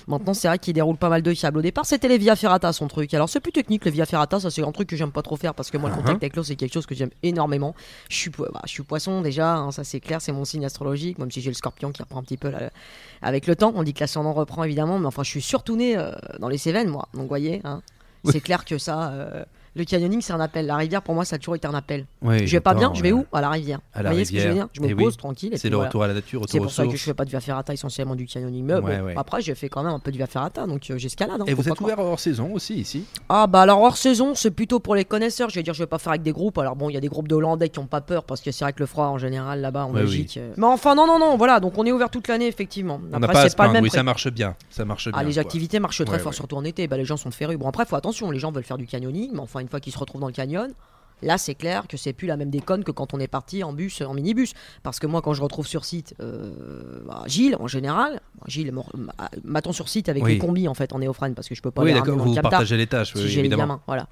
Speaker 5: maintenant, c'est vrai qu'il déroule pas mal de câbles. Au départ, c'était les Via Ferrata, son truc. Alors, c'est plus technique, les Via Ferrata, ça, c'est un truc que j'aime pas trop faire parce que moi, le
Speaker 4: Ah,
Speaker 5: contact
Speaker 4: hein.
Speaker 5: avec l'eau, c'est quelque chose que j'aime énormément. Je suis, po- bah, je suis poisson déjà, hein, ça, c'est clair, c'est mon signe astrologique, même si j'ai le scorpion qui reprend un petit peu là, le- avec le temps. On dit que l'ascendant reprend, évidemment, mais enfin, je suis surtout né euh, dans les Cévennes, moi. Donc, voyez, hein, c'est clair que ça. euh, le canyoning, c'est un appel. La rivière, pour moi, ça a toujours été un appel.
Speaker 7: Oui,
Speaker 5: je vais pas
Speaker 7: j'entends,
Speaker 5: bien, je vais
Speaker 7: euh,
Speaker 5: où À la rivière.
Speaker 7: à la
Speaker 5: Vous voyez ce que je veux
Speaker 7: rivière.
Speaker 5: dire Je me
Speaker 7: Eh oui.
Speaker 5: pose tranquille. et
Speaker 7: C'est
Speaker 5: puis
Speaker 7: le
Speaker 5: voilà.
Speaker 7: retour à la nature, retour
Speaker 5: C'est
Speaker 7: aux
Speaker 5: pour ça que
Speaker 7: sources.
Speaker 5: je fais pas de via ferrata essentiellement du canyoning. Mais
Speaker 7: Ouais,
Speaker 5: bon,
Speaker 7: ouais.
Speaker 5: après, j'ai fait quand même un peu de via ferrata, donc euh, j'escalade. hein,
Speaker 7: Et
Speaker 5: faut
Speaker 7: vous
Speaker 5: pas
Speaker 7: êtes
Speaker 5: croire.
Speaker 7: ouvert hors saison aussi, ici
Speaker 5: Ah bah alors hors saison, c'est plutôt pour les connaisseurs. Je vais dire, je vais pas faire avec des groupes. Alors bon, il y a des groupes de Hollandais qui ont pas peur parce que c'est vrai que le froid en général là-bas en
Speaker 7: Ouais, oui.
Speaker 5: Belgique. euh, Mais enfin non non non, voilà, donc on est ouvert toute l'année effectivement.
Speaker 7: On n'a
Speaker 5: Après,
Speaker 7: pas à
Speaker 5: c'est
Speaker 7: se
Speaker 5: pas le
Speaker 7: plaindre,
Speaker 5: même
Speaker 7: oui,
Speaker 5: prix.
Speaker 7: ça marche bien. Ça marche
Speaker 5: Ah,
Speaker 7: bien,
Speaker 5: les
Speaker 7: quoi.
Speaker 5: activités marchent très
Speaker 7: Ouais,
Speaker 5: fort,
Speaker 7: ouais.
Speaker 5: surtout en été. Bah, les gens sont férus. Bon, après, faut attention, les gens veulent faire du canyoning, mais enfin, une fois qu'ils se retrouvent dans le canyon, là, c'est clair que c'est plus la même déconne que quand on est parti en bus, en minibus. Parce que moi, quand je retrouve sur site euh, bah, Gilles, en général, bah, Gilles, mon- ma- m'attend sur site avec
Speaker 7: Oui.
Speaker 5: les combis, en fait, en néoprène, parce que je peux pas
Speaker 7: Oui,
Speaker 5: les ramener
Speaker 7: d'accord,
Speaker 5: dans le
Speaker 7: vous
Speaker 5: captard
Speaker 7: partagez les tâches, oui,
Speaker 5: si
Speaker 7: oui,
Speaker 5: j'ai les
Speaker 7: évidemment.
Speaker 5: gamins, voilà.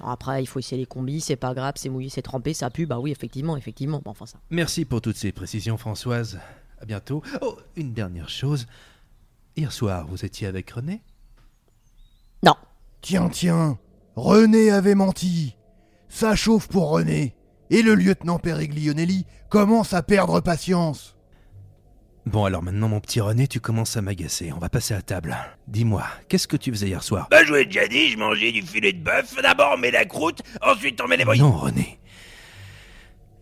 Speaker 5: Alors après, il faut essayer les combis, c'est pas grave, c'est mouillé, c'est trempé, ça pue, bah oui, effectivement, effectivement. Bon, enfin, ça.
Speaker 7: Merci pour toutes ces précisions, Françoise. À bientôt. Oh, une dernière chose. Hier soir, vous étiez avec René
Speaker 5: Non.
Speaker 3: Tiens, tiens, René avait menti. Ça chauffe pour René. Et le lieutenant Periglionelli commence à perdre patience.
Speaker 7: Bon, alors maintenant, mon petit René, tu commences à m'agacer. On va passer à table. Dis-moi, qu'est-ce que tu faisais hier soir
Speaker 13: Bah je vous l'ai déjà dit, je mangeais du filet de bœuf. D'abord on met la croûte, ensuite on met les
Speaker 7: Non, René.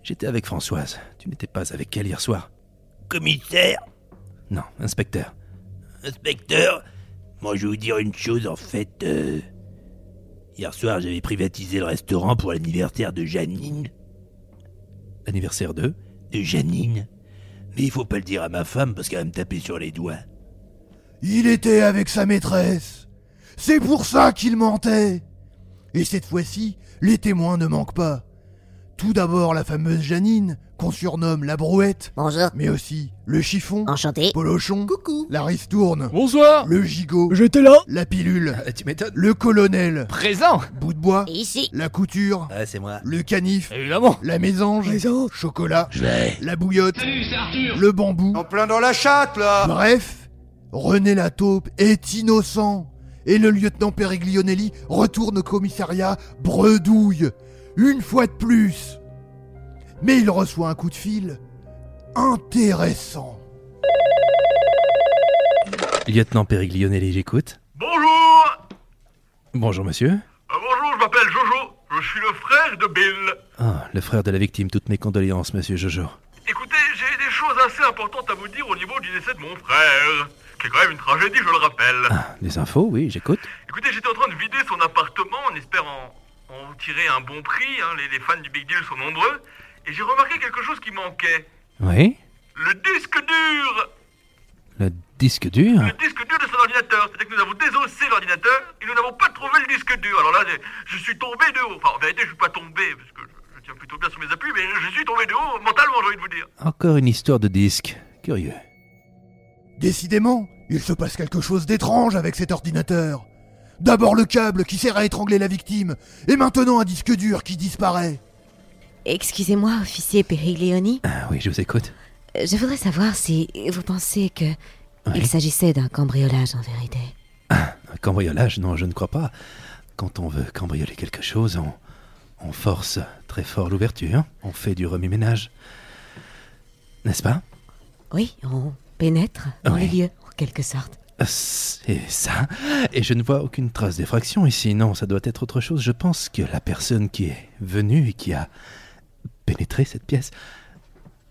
Speaker 7: J'étais avec Françoise. Tu n'étais pas avec elle hier soir.
Speaker 13: Commissaire,
Speaker 7: Non, inspecteur.
Speaker 13: inspecteur, moi je vais vous dire une chose en fait. euh, hier soir j'avais privatisé le restaurant pour l'anniversaire de Janine.
Speaker 7: Anniversaire de
Speaker 13: De Janine. Mais il faut pas le dire à ma femme parce qu'elle va me taper sur les doigts.
Speaker 3: Il était avec sa maîtresse. C'est pour ça qu'il mentait. Et cette fois-ci, les témoins ne manquent pas. Tout d'abord la fameuse Janine, qu'on surnomme la brouette.
Speaker 11: Bonjour.
Speaker 3: Mais aussi le chiffon.
Speaker 11: Enchanté.
Speaker 3: Polochon. La ristourne.
Speaker 8: Bonsoir.
Speaker 3: Le gigot.
Speaker 8: J'étais là.
Speaker 3: La pilule.
Speaker 7: Ah, tu m'étonnes.
Speaker 3: Le colonel.
Speaker 8: Présent.
Speaker 3: Bout de bois.
Speaker 11: ici.
Speaker 3: La couture.
Speaker 7: Ah, c'est moi.
Speaker 3: Le canif.
Speaker 8: Évidemment.
Speaker 3: La mésange. Chocolat.
Speaker 13: vais.
Speaker 3: La bouillotte. Le bambou. En plein dans la chatte, là Bref, René la taupe est innocent. Et le lieutenant Periglionelli retourne au commissariat bredouille. Une fois de plus. Mais il reçoit un coup de fil intéressant.
Speaker 7: Lieutenant Périglionelli, j'écoute.
Speaker 10: Bonjour
Speaker 7: Bonjour, monsieur.
Speaker 10: Euh, Bonjour, je m'appelle Jojo. Je suis le frère de Bill.
Speaker 7: Ah, le frère de la victime, toutes mes condoléances, monsieur Jojo.
Speaker 10: Écoutez, j'ai des choses assez importantes à vous dire au niveau du décès de mon frère, qui est quand même une tragédie, je le rappelle.
Speaker 7: Des infos, oui, j'écoute.
Speaker 10: Écoutez, j'étais en train de vider son appartement en espérant en tirer un bon prix. hein, Les, les fans du Big Deal sont nombreux. Et j'ai remarqué quelque chose qui manquait.
Speaker 7: Oui
Speaker 10: Le disque dur
Speaker 7: Le disque dur
Speaker 10: Le disque dur de son ordinateur. C'est-à-dire que nous avons désossé l'ordinateur et nous n'avons pas trouvé le disque dur. Alors là, j'ai- je suis tombé de haut. Enfin, en vérité, je suis pas tombé, parce que je, je tiens plutôt bien sur mes appuis, mais je suis tombé de haut mentalement, j'ai envie de vous dire.
Speaker 7: Encore une histoire de disque. Curieux.
Speaker 3: Décidément, il se passe quelque chose d'étrange avec cet ordinateur. D'abord le câble qui sert à étrangler la victime, et maintenant un disque dur qui disparaît.
Speaker 4: Excusez-moi, officier Périglioni.
Speaker 7: Ah oui, je vous écoute.
Speaker 4: Euh, Je voudrais savoir si vous pensez que il s'agissait d'un cambriolage en vérité.
Speaker 7: Un cambriolage, non, je ne crois pas. Quand on veut cambrioler quelque chose, on, on force très fort l'ouverture, on fait du remue-ménage. N'est-ce pas
Speaker 4: Oui, on pénètre dans les lieux, en quelque sorte.
Speaker 7: C'est ça. Et je ne vois aucune trace d'effraction ici. Non, ça doit être autre chose. Je pense que la personne qui est venue et qui a pénétré cette pièce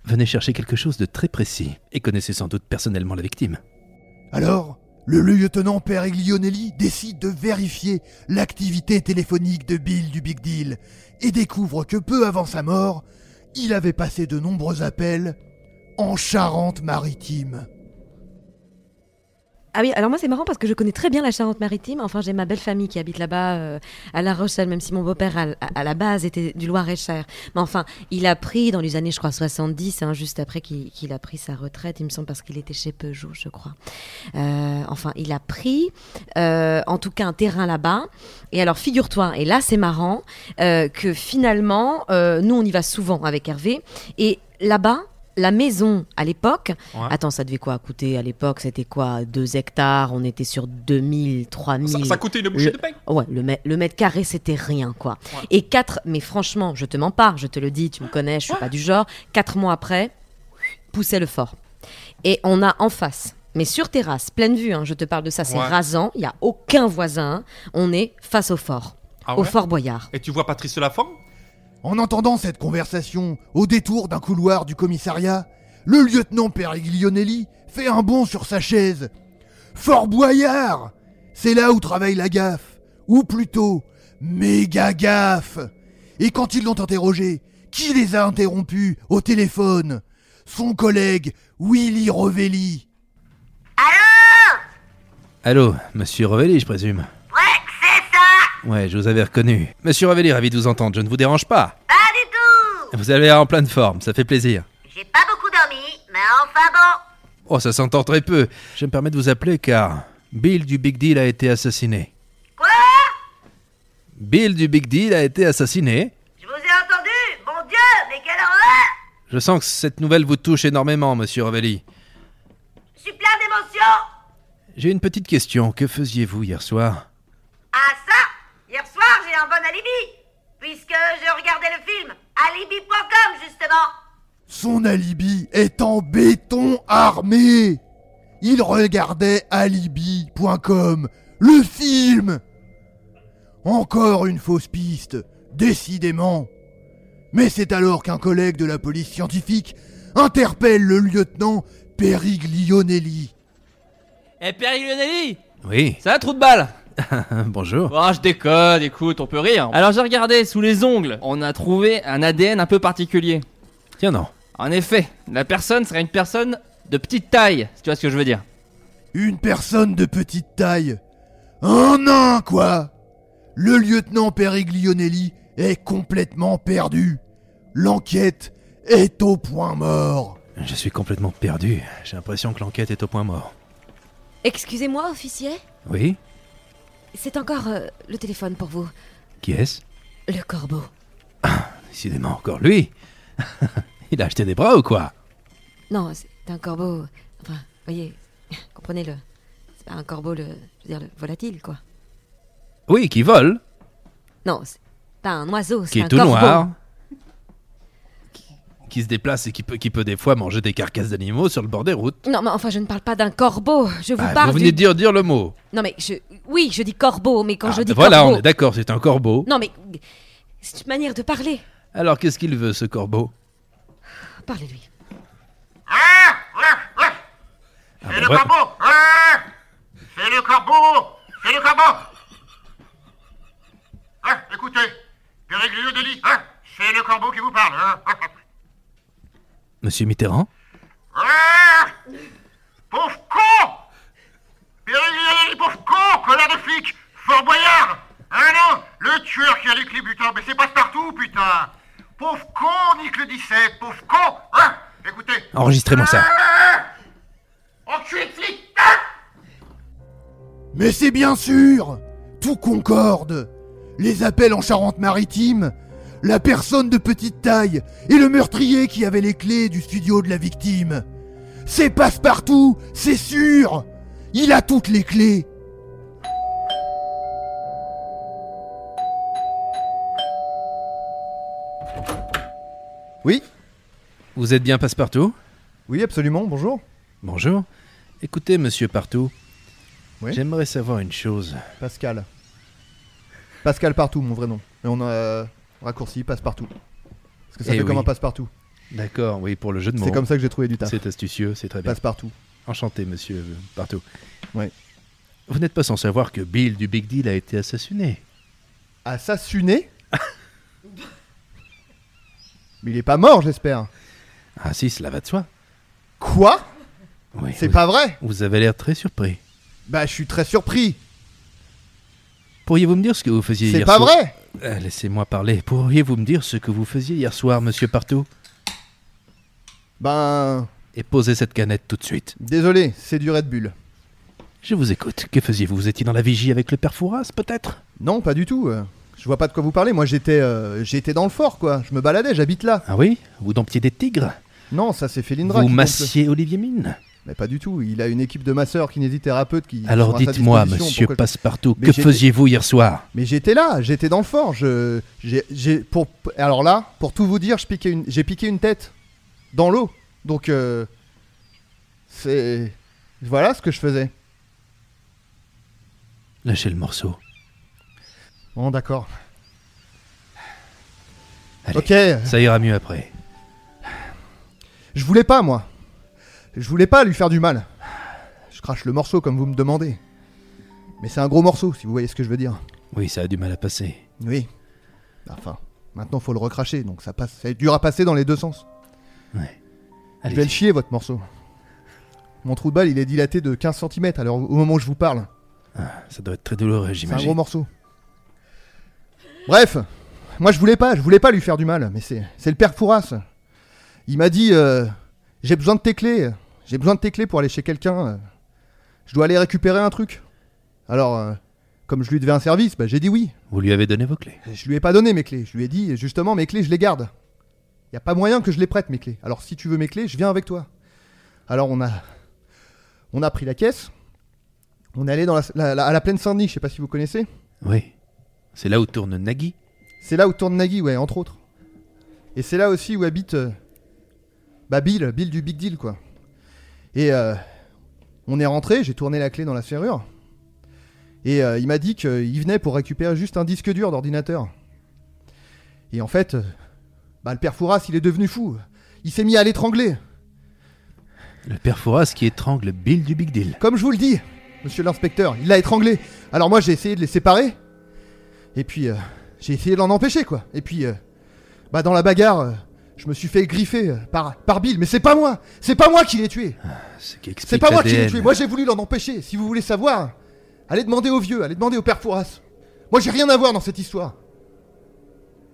Speaker 7: venait chercher quelque chose de très précis et connaissait sans doute personnellement la victime.
Speaker 3: Alors, le lieutenant Périglionelli décide de vérifier l'activité téléphonique de Bill du Big Deal et découvre que peu avant sa mort, il avait passé de nombreux appels en Charente-Maritime.
Speaker 5: Ah oui, alors moi c'est marrant parce que je connais très bien la Charente-Maritime. Enfin, j'ai ma belle famille qui habite là-bas, euh, à La Rochelle, même si mon beau-père à, à la base était du Loir-et-Cher. Mais enfin, il a pris dans les années, je crois, 70, hein, juste après qu'il qu'il a pris sa retraite, il me semble, parce qu'il était chez Peugeot, je crois. Euh, enfin, il a pris, euh, en tout cas, un terrain là-bas. Et alors, figure-toi, et là c'est marrant, euh, que finalement, euh, nous on y va souvent avec Hervé, et là-bas, la maison à l'époque,
Speaker 14: Hein
Speaker 2: Ouais.
Speaker 5: attends, ça devait quoi coûter à l'époque C'était quoi 2 hectares On était sur 2000, 3000.
Speaker 14: Ça- ça coûtait une bouchée
Speaker 5: Le-
Speaker 14: de pain.
Speaker 5: Ouais, le, mè- le mètre carré, c'était rien, quoi.
Speaker 14: Ouais.
Speaker 5: Et 4, mais franchement, je te mens pas, je te le dis, tu me connais, je suis pas du genre. 4 mois après, poussait le fort. Et on a en face, mais sur terrasse, pleine vue, hein, je te parle de ça, c'est
Speaker 14: Ouais.
Speaker 5: rasant, il y a aucun voisin, on est face au fort,
Speaker 14: Ah
Speaker 5: au
Speaker 14: ouais
Speaker 5: fort Boyard.
Speaker 14: Et tu vois Patrice Lafont
Speaker 3: En entendant cette conversation, au détour d'un couloir du commissariat, le lieutenant Périglionelli fait un bond sur sa chaise. Fort Boyard C'est là où travaille la gaffe, ou plutôt, méga gaffe Et quand ils l'ont interrogé, qui les a interrompus au téléphone Son collègue, Willy Rovelli.
Speaker 7: Allô, monsieur Rovelli, je présume
Speaker 15: Ouais, c'est ça
Speaker 7: Ouais, je vous avais reconnu. Monsieur Rovelli, ravi de vous entendre, je ne vous dérange pas.
Speaker 15: Pas du tout
Speaker 7: Vous avez l'air en pleine forme, ça fait plaisir.
Speaker 15: J'ai pas beaucoup dormi, mais enfin bon
Speaker 7: Oh, ça s'entend très peu. Je me permets de vous appeler car Bill du Big Deal a été assassiné.
Speaker 15: Quoi
Speaker 7: Bill du Big Deal a été assassiné.
Speaker 15: Je vous ai entendu Mon Dieu, mais quelle horreur
Speaker 7: Je sens que cette nouvelle vous touche énormément, monsieur Rovelli.
Speaker 15: Je suis plein d'émotions
Speaker 7: J'ai une petite question. Que faisiez-vous hier soir <laughs>
Speaker 15: Ah ça Hier soir, j'ai un bon alibi Puisque je regardais le film Alibi.com, justement
Speaker 3: Son alibi est en béton armé. Il regardait alibi.com, le film. Encore une fausse piste, décidément. Mais c'est alors qu'un collègue de la police scientifique interpelle le lieutenant Périglionelli.
Speaker 6: Eh, Pierre Lionelli
Speaker 7: Oui.
Speaker 6: C'est un trou de balle
Speaker 7: Bonjour.
Speaker 6: Ah, je déconne, écoute, on peut rire. Alors j'ai regardé sous les ongles, on a trouvé un ADN un peu particulier.
Speaker 7: Tiens non.
Speaker 6: En effet, la personne serait une personne de petite taille, si tu vois ce que je veux dire.
Speaker 3: Une personne de petite taille. Un nain, quoi Le lieutenant Périglionelli est complètement perdu. L'enquête est au point mort.
Speaker 7: Je suis complètement perdu. J'ai l'impression que l'enquête est au point mort.
Speaker 4: Excusez-moi, officier.
Speaker 7: Oui
Speaker 4: C'est encore euh, le téléphone pour vous.
Speaker 7: Qui est-ce
Speaker 4: Le corbeau.
Speaker 7: Décidément encore lui. <laughs> Il a acheté des bras ou quoi
Speaker 4: Non, c'est un corbeau. Enfin, voyez, <laughs> comprenez-le. C'est pas un corbeau, le, je veux dire, le volatile, quoi.
Speaker 7: Oui, qui vole,
Speaker 4: Non, c'est pas un oiseau, c'est
Speaker 7: qui
Speaker 4: un
Speaker 7: est tout
Speaker 4: corbeau.
Speaker 7: noir. qui se déplace et qui peut, qui peut des fois manger des carcasses d'animaux sur le bord des routes.
Speaker 4: Non, mais enfin, je ne parle pas d'un corbeau. Je vous
Speaker 7: Ah,
Speaker 4: parle
Speaker 7: vous venez
Speaker 4: du-
Speaker 7: de dire, dire le mot.
Speaker 4: Non, mais je... Oui, je dis corbeau, mais quand je
Speaker 7: Ah,
Speaker 4: dis
Speaker 7: voilà,
Speaker 4: corbeau...
Speaker 7: on est d'accord, c'est un corbeau.
Speaker 4: Non, mais... C'est une manière de parler.
Speaker 7: Alors qu'est-ce qu'il veut, ce corbeau
Speaker 4: Parlez-lui.
Speaker 7: Ah,
Speaker 10: C'est
Speaker 7: bah,
Speaker 10: le
Speaker 7: voilà.
Speaker 10: corbeau hein C'est le corbeau C'est le corbeau Hein, Écoutez, Péréglio Délit, hein C'est le corbeau qui vous parle, hein <laughs>
Speaker 7: Monsieur Mitterrand
Speaker 10: Ah Pauvre con Périgueux, pauvre con, colère de flic Fort Boyard Ah non Le tueur qui a les clés, putain Mais c'est passe-partout, putain Pauvre con, nique le 17 Pauvre con Hein Écoutez
Speaker 7: Enregistrez-moi ça.
Speaker 10: Ah Enculé de flic
Speaker 3: Mais c'est bien sûr Tout concorde Les appels en Charente-Maritime, la personne de petite taille et le meurtrier qui avait les clés du studio de la victime. C'est passe-partout, c'est sûr Il a toutes les clés
Speaker 7: Oui Vous êtes bien Passepartout
Speaker 14: Oui, absolument, bonjour.
Speaker 7: Bonjour. Écoutez, monsieur Partout, j'aimerais savoir une chose.
Speaker 14: Pascal. Pascal partout, mon vrai nom. Et on a euh, raccourci passe partout. Parce que ça
Speaker 7: Eh
Speaker 14: fait comme
Speaker 7: oui.
Speaker 14: un passe partout.
Speaker 7: D'accord, oui, pour le jeu de mots.
Speaker 14: C'est comme ça que j'ai trouvé du taf.
Speaker 7: C'est astucieux, c'est très bien.
Speaker 14: Passepartout.
Speaker 7: Enchanté, monsieur euh, Partout.
Speaker 14: Oui.
Speaker 7: Vous n'êtes pas sans savoir que Bill du Big Deal a été assassiné.
Speaker 14: Assassiné Mais il est pas mort, j'espère.
Speaker 7: Ah si, cela va de soi.
Speaker 14: Quoi
Speaker 7: Oui,
Speaker 14: C'est
Speaker 7: vous-
Speaker 14: pas vrai
Speaker 7: Vous avez l'air très surpris.
Speaker 14: Bah, je suis très surpris.
Speaker 7: Pourriez-vous me dire ce que vous faisiez
Speaker 14: C'est
Speaker 7: hier
Speaker 14: pas
Speaker 7: soir
Speaker 14: vrai
Speaker 7: Euh, Laissez-moi parler. Pourriez-vous me dire ce que vous faisiez hier soir, monsieur Partout
Speaker 14: Ben.
Speaker 7: Et posez cette canette tout de suite.
Speaker 14: Désolé, c'est du Red Bull.
Speaker 7: Je vous écoute. Que faisiez-vous Vous étiez dans la vigie avec le père Fouras, peut-être
Speaker 14: Non, pas du tout. euh, Je vois pas de quoi vous parlez. Moi, j'étais euh, j'étais dans le fort, quoi. Je me baladais, j'habite là.
Speaker 7: Ah oui Vous domptiez des tigres
Speaker 14: Non, ça, c'est Félindra.
Speaker 7: Vous
Speaker 14: qui dompte-
Speaker 7: massiez Olivier Mine
Speaker 14: Mais pas du tout. Il a une équipe de masseurs kinésithérapeutes qui.
Speaker 7: Alors
Speaker 14: sont à sa
Speaker 7: dites-moi,
Speaker 14: disposition
Speaker 7: monsieur
Speaker 14: pour que je-
Speaker 7: Passepartout,
Speaker 14: Mais
Speaker 7: que
Speaker 14: j'étais-
Speaker 7: faisiez-vous hier soir
Speaker 14: Mais j'étais là, j'étais dans le fort. Je, j'ai, j'ai- pour, alors là, pour tout vous dire, je piquais une, j'ai piqué une tête dans l'eau. Donc, euh, c'est, voilà ce que je faisais.
Speaker 7: Lâchez le morceau.
Speaker 14: Bon, d'accord.
Speaker 7: Allez,
Speaker 14: Ok.
Speaker 7: Ça ira mieux après.
Speaker 14: Je voulais pas, moi. Je voulais pas lui faire du mal. Je crache le morceau comme vous me demandez. Mais c'est un gros morceau, si vous voyez ce que je veux dire.
Speaker 7: Oui, ça a du mal à passer.
Speaker 14: Oui. Enfin, maintenant faut le recracher, donc ça passe. C'est dur à passer dans les deux sens.
Speaker 7: Ouais.
Speaker 14: je vais le chier votre morceau. Mon trou de balle, il est dilaté de 15 cm alors au moment où je vous parle.
Speaker 7: Ah, ça doit être très douloureux,
Speaker 14: C'est un
Speaker 7: j'imagine.
Speaker 14: gros morceau. Bref, moi je voulais pas, je voulais pas lui faire du mal, mais c'est c'est le père Fouras. Il m'a dit euh, j'ai besoin de tes clés, j'ai besoin de tes clés pour aller chez quelqu'un. euh, Je dois aller récupérer un truc. Alors, euh, comme je lui devais un service, bah, j'ai dit oui.
Speaker 7: Vous lui avez donné vos clés.
Speaker 14: Je lui ai pas donné mes clés. Je lui ai dit justement mes clés, je les garde. Y a pas moyen que je les prête mes clés. Alors si tu veux mes clés, je viens avec toi. Alors on a, on a pris la caisse. On est allé dans la, la- la- à la plaine Saint-Denis. Je sais pas si vous connaissez.
Speaker 7: Oui. C'est là où tourne Nagui.
Speaker 14: C'est là où tourne Nagui, ouais, entre autres. Et c'est là aussi où habite, euh, bah Bill, Bill du Big Deal quoi. Et euh, on est rentré. J'ai tourné la clé dans la serrure. Et euh, il m'a dit qu'il venait pour récupérer juste un disque dur d'ordinateur. Et en fait, euh, bah, le père Fouras, il est devenu fou. Il s'est mis à l'étrangler.
Speaker 7: Le père Fouras qui étrangle Bill du Big Deal.
Speaker 14: Comme je vous le dis, monsieur l'inspecteur, il l'a étranglé. Alors moi, j'ai essayé de les séparer. Et puis, euh, j'ai essayé de l'en empêcher, quoi. Et puis, euh, bah, dans la bagarre, euh, je me suis fait griffer euh, par, par Bill. Mais c'est pas moi C'est pas moi qui l'ai tué
Speaker 7: Ce Ah, qui explique
Speaker 14: C'est pas moi qui l'ai
Speaker 7: l'ADN.
Speaker 14: tué. Moi, j'ai voulu l'en empêcher. Si vous voulez savoir, allez demander au vieux, allez demander au père Fouras. Moi, j'ai rien à voir dans cette histoire.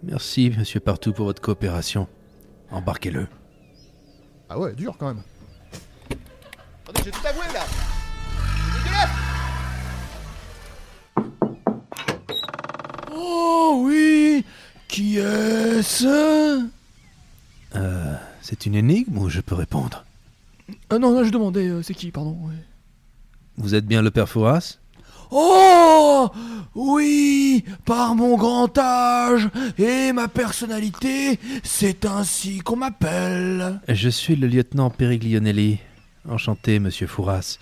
Speaker 7: Merci, monsieur Partout, pour votre coopération. Embarquez-le.
Speaker 14: Ah ouais, dur quand même. Attendez, j'ai tout avoué là C'est dégueulasse
Speaker 13: Oh oui Qui est-ce
Speaker 7: Euh, c'est une énigme ou je peux répondre
Speaker 12: Ah non, non, je
Speaker 13: euh,
Speaker 12: demandais, euh, c'est qui, pardon ouais.
Speaker 7: Vous êtes bien le père Fouras
Speaker 13: Oh
Speaker 10: Oui, par mon grand âge et ma personnalité, c'est ainsi qu'on m'appelle.
Speaker 7: Je suis le lieutenant Periglionelli. Enchanté, monsieur Fouras.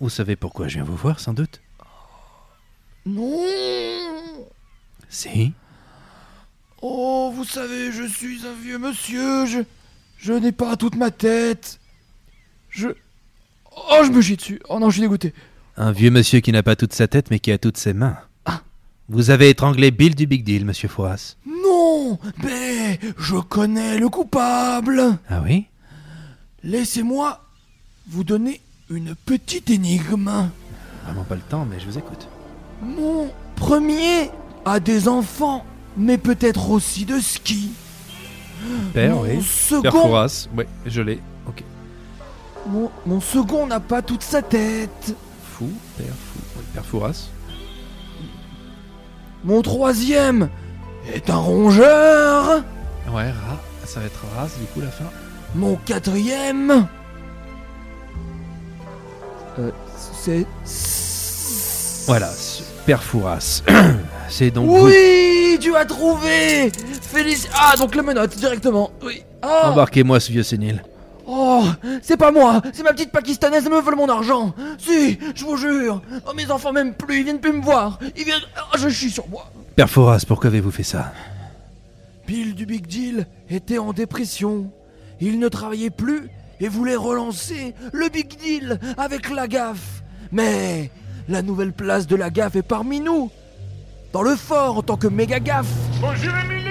Speaker 7: Vous savez pourquoi je viens vous voir, sans doute
Speaker 10: Non
Speaker 7: Si.
Speaker 10: Oh, vous savez, je suis un vieux monsieur, je. Je n'ai pas toute ma tête. Je. Oh, je me chie dessus. Oh non, je suis dégoûté.
Speaker 7: Un vieux monsieur qui n'a pas toute sa tête, mais qui a toutes ses mains. Vous avez étranglé Bill du Big Deal, monsieur Fouras.
Speaker 10: Non, mais je connais le coupable.
Speaker 7: Ah oui
Speaker 10: Laissez-moi vous donner une petite énigme.
Speaker 7: Vraiment pas le temps, mais je vous écoute.
Speaker 10: Mon premier a des enfants, mais peut-être aussi de ski.
Speaker 7: Père,
Speaker 10: mon
Speaker 7: oui. Père
Speaker 10: Second,
Speaker 7: Fouras, oui, je l'ai. Ok.
Speaker 10: mon, mon second n'a pas toute sa tête.
Speaker 7: Fou, père, fou. Oui, père Fouras.
Speaker 10: Mon troisième est un rongeur.
Speaker 7: Ouais, rat. Ça va être race, du coup, la fin.
Speaker 10: Mon quatrième. euh, c'est.
Speaker 7: Voilà, ce père Fouras. <clears throat> C'est donc vous.
Speaker 10: Oui, tu as trouvé. Félici... Ah, donc le menotte directement. Oui. Ah.
Speaker 7: Embarquez-moi, ce vieux sénile.
Speaker 10: Oh, c'est pas moi, c'est ma petite pakistanaise, elle me vole mon argent. Si, je vous jure. Oh, mes enfants m'aiment plus, ils viennent plus me voir. Ils viennent. Ah, je chie sur moi.
Speaker 7: Père Fouras, pourquoi avez-vous fait ça
Speaker 10: Bill du Big Deal était en dépression. Il ne travaillait plus et voulait relancer le Big Deal avec la gaffe. Mais la nouvelle place de la gaffe est parmi nous. Dans le fort en tant que méga gaffe. Bonjour Emily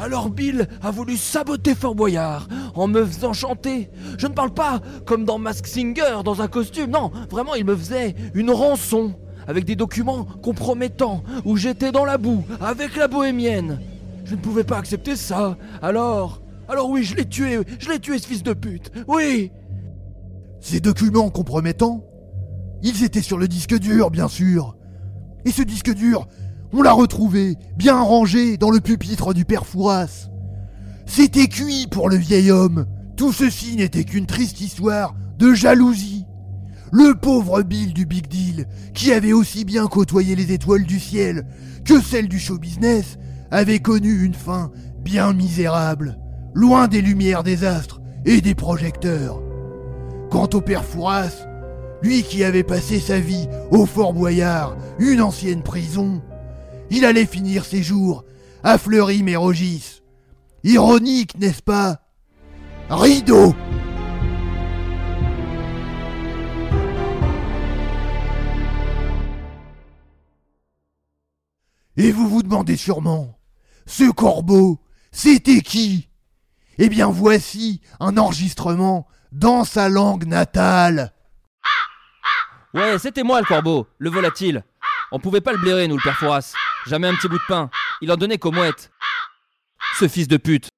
Speaker 10: Alors Bill a voulu saboter Fort Boyard en me faisant chanter. Je ne parle pas comme dans Mask Singer dans un costume. Non, vraiment, il me faisait une rançon avec des documents compromettants où j'étais dans la boue avec la bohémienne. Je ne pouvais pas accepter ça. Alors, alors oui, je l'ai tué, je l'ai tué ce fils de pute. Oui.
Speaker 3: Ces documents compromettants Ils étaient sur le disque dur, bien sûr. Et ce disque dur, on l'a retrouvé, bien rangé, dans le pupitre du père Fouras. C'était cuit pour le vieil homme. Tout ceci n'était qu'une triste histoire de jalousie. Le pauvre Bill du Big Deal, qui avait aussi bien côtoyé les étoiles du ciel que celles du show business, avait connu une fin bien misérable, loin des lumières des astres et des projecteurs. Quant au père Fouras, lui qui avait passé sa vie au Fort Boyard, une ancienne prison, il allait finir ses jours à Fleury-Mérogis. Ironique, n'est-ce pas Rideau Et vous vous demandez sûrement, ce corbeau, c'était qui Eh bien voici un enregistrement dans sa langue natale.
Speaker 6: Ouais, c'était moi le corbeau, le volatile. On pouvait pas le blairer, nous, le père Fouras. Jamais un petit bout de pain. Il en donnait qu'aux mouettes. Ce fils de pute.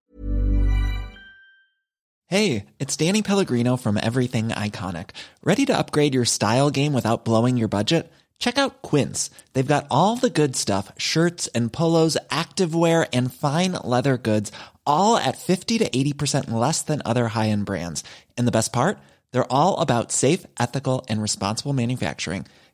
Speaker 16: Hey, it's Danny Pellegrino from Everything Iconic. Ready to upgrade your style game without blowing your budget? Check out Quince. They've got all the good stuff shirts and polos, activewear, and fine leather goods, all at 50 to 80% less than other high end brands. And the best part? They're all about safe, ethical, and responsible manufacturing.